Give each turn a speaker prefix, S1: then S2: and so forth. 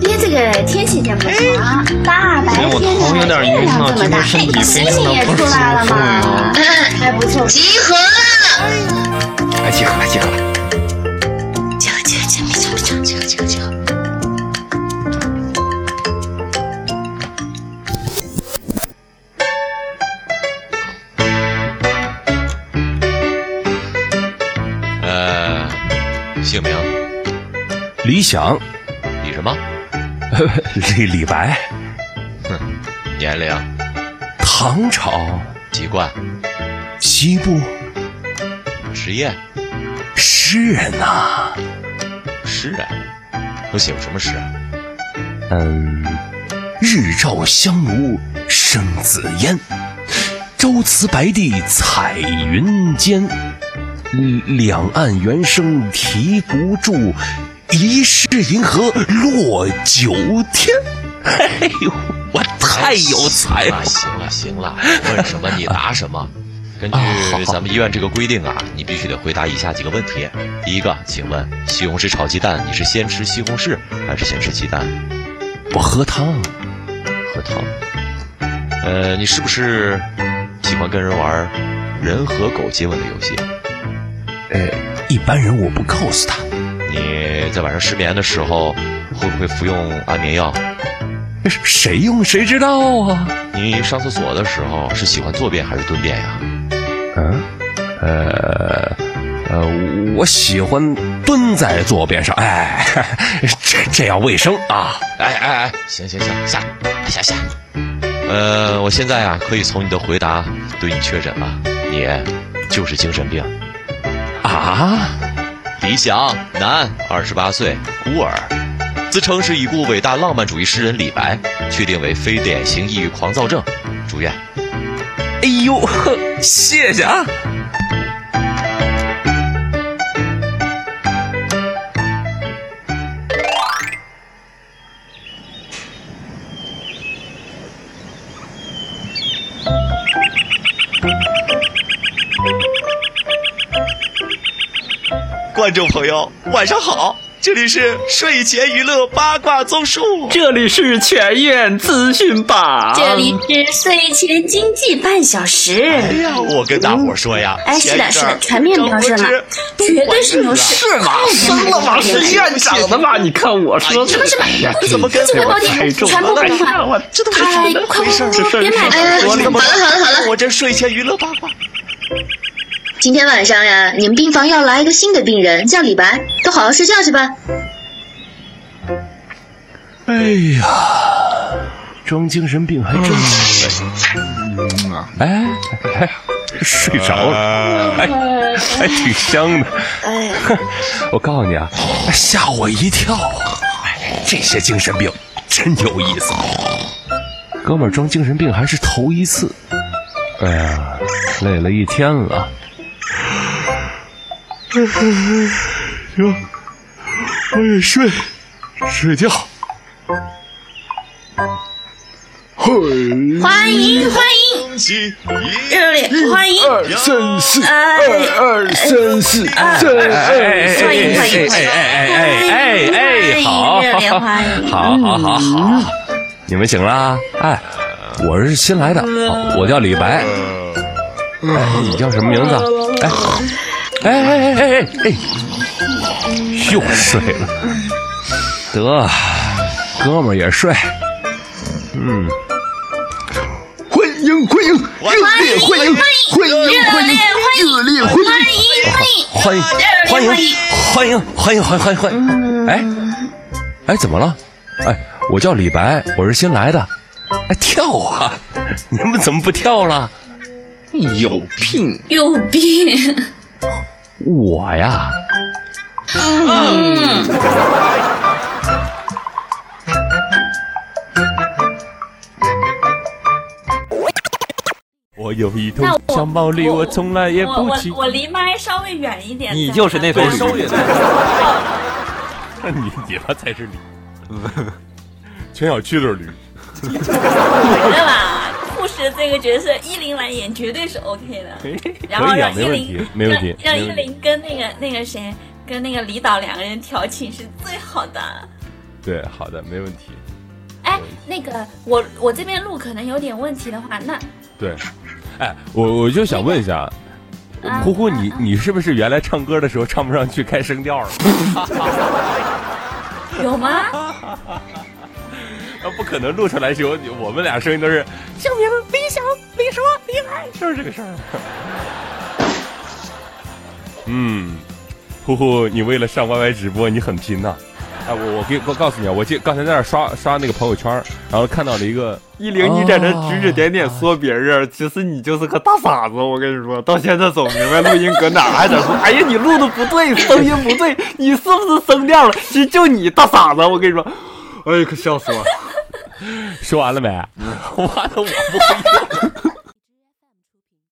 S1: 今天这个天气真不错啊，大白天
S2: 我
S1: 的
S2: 头有点
S1: 月
S2: 晕
S1: 亮
S2: 呢，
S1: 这么
S2: 今
S1: 大，
S2: 天
S1: 哎，
S2: 身体非
S1: 星
S2: 常
S1: 星
S2: 的
S1: 也
S2: 不舒
S1: 出来了
S2: 服
S1: 嘛
S2: 呀。，
S1: 还不错。
S3: 集合了！
S2: 哎，集合了，集合了。
S3: 集合集合集合集合集合集合集合集合！
S4: 呃，姓名
S5: 李想，
S4: 李什么？
S5: 李李白，
S4: 年龄？
S5: 唐朝，
S4: 籍贯？
S5: 西部
S4: 职业？
S5: 诗人呐、
S4: 诗人？都写过什么诗啊？
S5: 嗯，日照香炉生紫烟，朝辞白帝彩云间。嗯两岸猿声啼不住，疑是银河落九天。 哎呦，我太有才了
S4: 哎！行了行了，行了问什么你答什么。根据
S5: 啊好好
S4: 咱们医院这个规定啊，你必须得回答以下几个问题。第一个，请问西红柿炒鸡蛋，你是先吃西红柿还是先吃鸡蛋？
S5: 我喝汤，
S4: 核桃。呃，你是不是喜欢跟人玩人和狗接吻的游戏？
S5: 呃，一般人我不告诉他。
S4: 你在晚上失眠的时候会不会服用安眠药？
S5: 谁用谁知道啊？
S4: 你上厕所的时候是喜欢坐便还是蹲便呀？
S5: 嗯，呃，呃，我喜欢蹲在坐便上，哎， 这这样卫生啊。
S4: 哎哎哎，行行行，下下下。呃，我现在啊，可以从你的回答对你确诊了，你就是精神病。
S5: 啊，
S4: 李想，男，二十八岁，孤儿，自称是已故伟大浪漫主义诗人李白，确定为非典型抑郁狂躁症，住院。
S5: 哎呦，呵谢谢啊。
S4: 观众朋友，晚上好，这里是睡前娱乐八卦综述。
S6: 这里是全院资讯榜，
S1: 这里是睡前经济半小
S4: 哎
S1: 时。
S4: 呀，我跟大伙儿说呀，
S1: 哎，是的，是的，全面标准了，绝对是牛市。
S6: 是吗？生了吧，是院长的吧？你看我说
S1: 什么什么
S6: 哎呀
S4: 怎么跟
S1: 这个
S6: 我
S1: 到底
S6: 太重
S1: 传播
S6: 了，哎
S1: 更快
S6: 呀，我这都
S1: 哎
S6: 是
S1: 快快快
S6: 这事儿
S1: 别买了
S6: 这事儿
S4: 好
S3: 好了
S4: 了
S3: 好了好了，
S4: 我这睡前娱乐八卦。
S3: 今天晚上呀，你们病房要来一个新的病人，叫李白，都好好睡觉去吧。
S5: 哎呀，装精神病还真是。哎哎，睡着了，哎，还挺香的。
S1: 哎，
S5: 我告诉你啊，吓我一跳啊！哎这些精神病真有意思。哥们儿装精神病还是头一次。哎呀，累了一天了。行，我也睡睡觉。嘿，
S1: 欢迎欢迎，热烈欢迎，
S5: 三四
S1: 哎。
S5: 二三四三二
S1: 欢迎欢迎，
S5: 好，
S1: 热烈欢迎，
S5: 好好好好，你们醒啦？哎，我是新来的，哦我叫李白。哎，你叫什么名字啊？哎，哎哎哎哎哎，又睡了。得，哥们儿也睡。嗯，欢迎欢迎，热烈欢迎欢迎
S1: 欢迎
S5: 热烈欢迎。
S1: 欢迎欢迎，
S5: 欢迎欢迎欢迎欢迎欢迎欢迎欢迎！哎哎，怎么了？哎，我叫李白，我是新来的。哎，跳啊！ 你们怎么不跳了？
S6: 有病，
S1: 有病，
S5: 我呀，
S7: 我有一头
S8: 那我
S7: 小毛驴，
S8: 我
S7: 我从来也
S8: 我
S7: 不
S8: 我
S7: 骑。
S8: 我离麦稍微远一点。
S6: 你就是那头驴
S8: 再 看
S7: 你你妈才是驴，全小区都是驴。
S8: 我觉得吧，护士这个角色依林来演绝对是 OK 的，然后
S5: 可以啊
S8: 让
S5: 没
S8: 依
S5: 问
S8: 林
S5: 题没问题
S8: 让
S5: 没
S8: 让
S5: 问
S8: 依
S5: 题
S8: 林跟那个那个谁跟那个李导两个人调情是最好的。
S5: 对，好的，没问题。
S8: 哎，那个我我这边录可能有点问题的话，那
S5: 对，哎，我我就想问一下，
S8: 啊
S5: 呼呼，你你是不是原来唱歌的时候唱不上去开声调了？
S8: 有吗？
S5: 啊，不可能录出来是有我们俩声音都是姓名李想李说李爱，就是这个事儿。嗯，呼呼，你为了上 YY 直播，你很拼呐、哎，我我给我告诉你啊，我这刚才在那儿刷刷那个朋友圈，然后看到了一个，
S6: 一零你在这指指点点说别人，其实你就是个大傻子。我跟你说，到现在走明白录音搁哪儿，还在说，哎呀，你录的不对，声音不对，你是不是声调了？其实就你大傻子。我跟你说， 哎呀，可笑死我！了。
S5: 说完了没？完了，我不会用。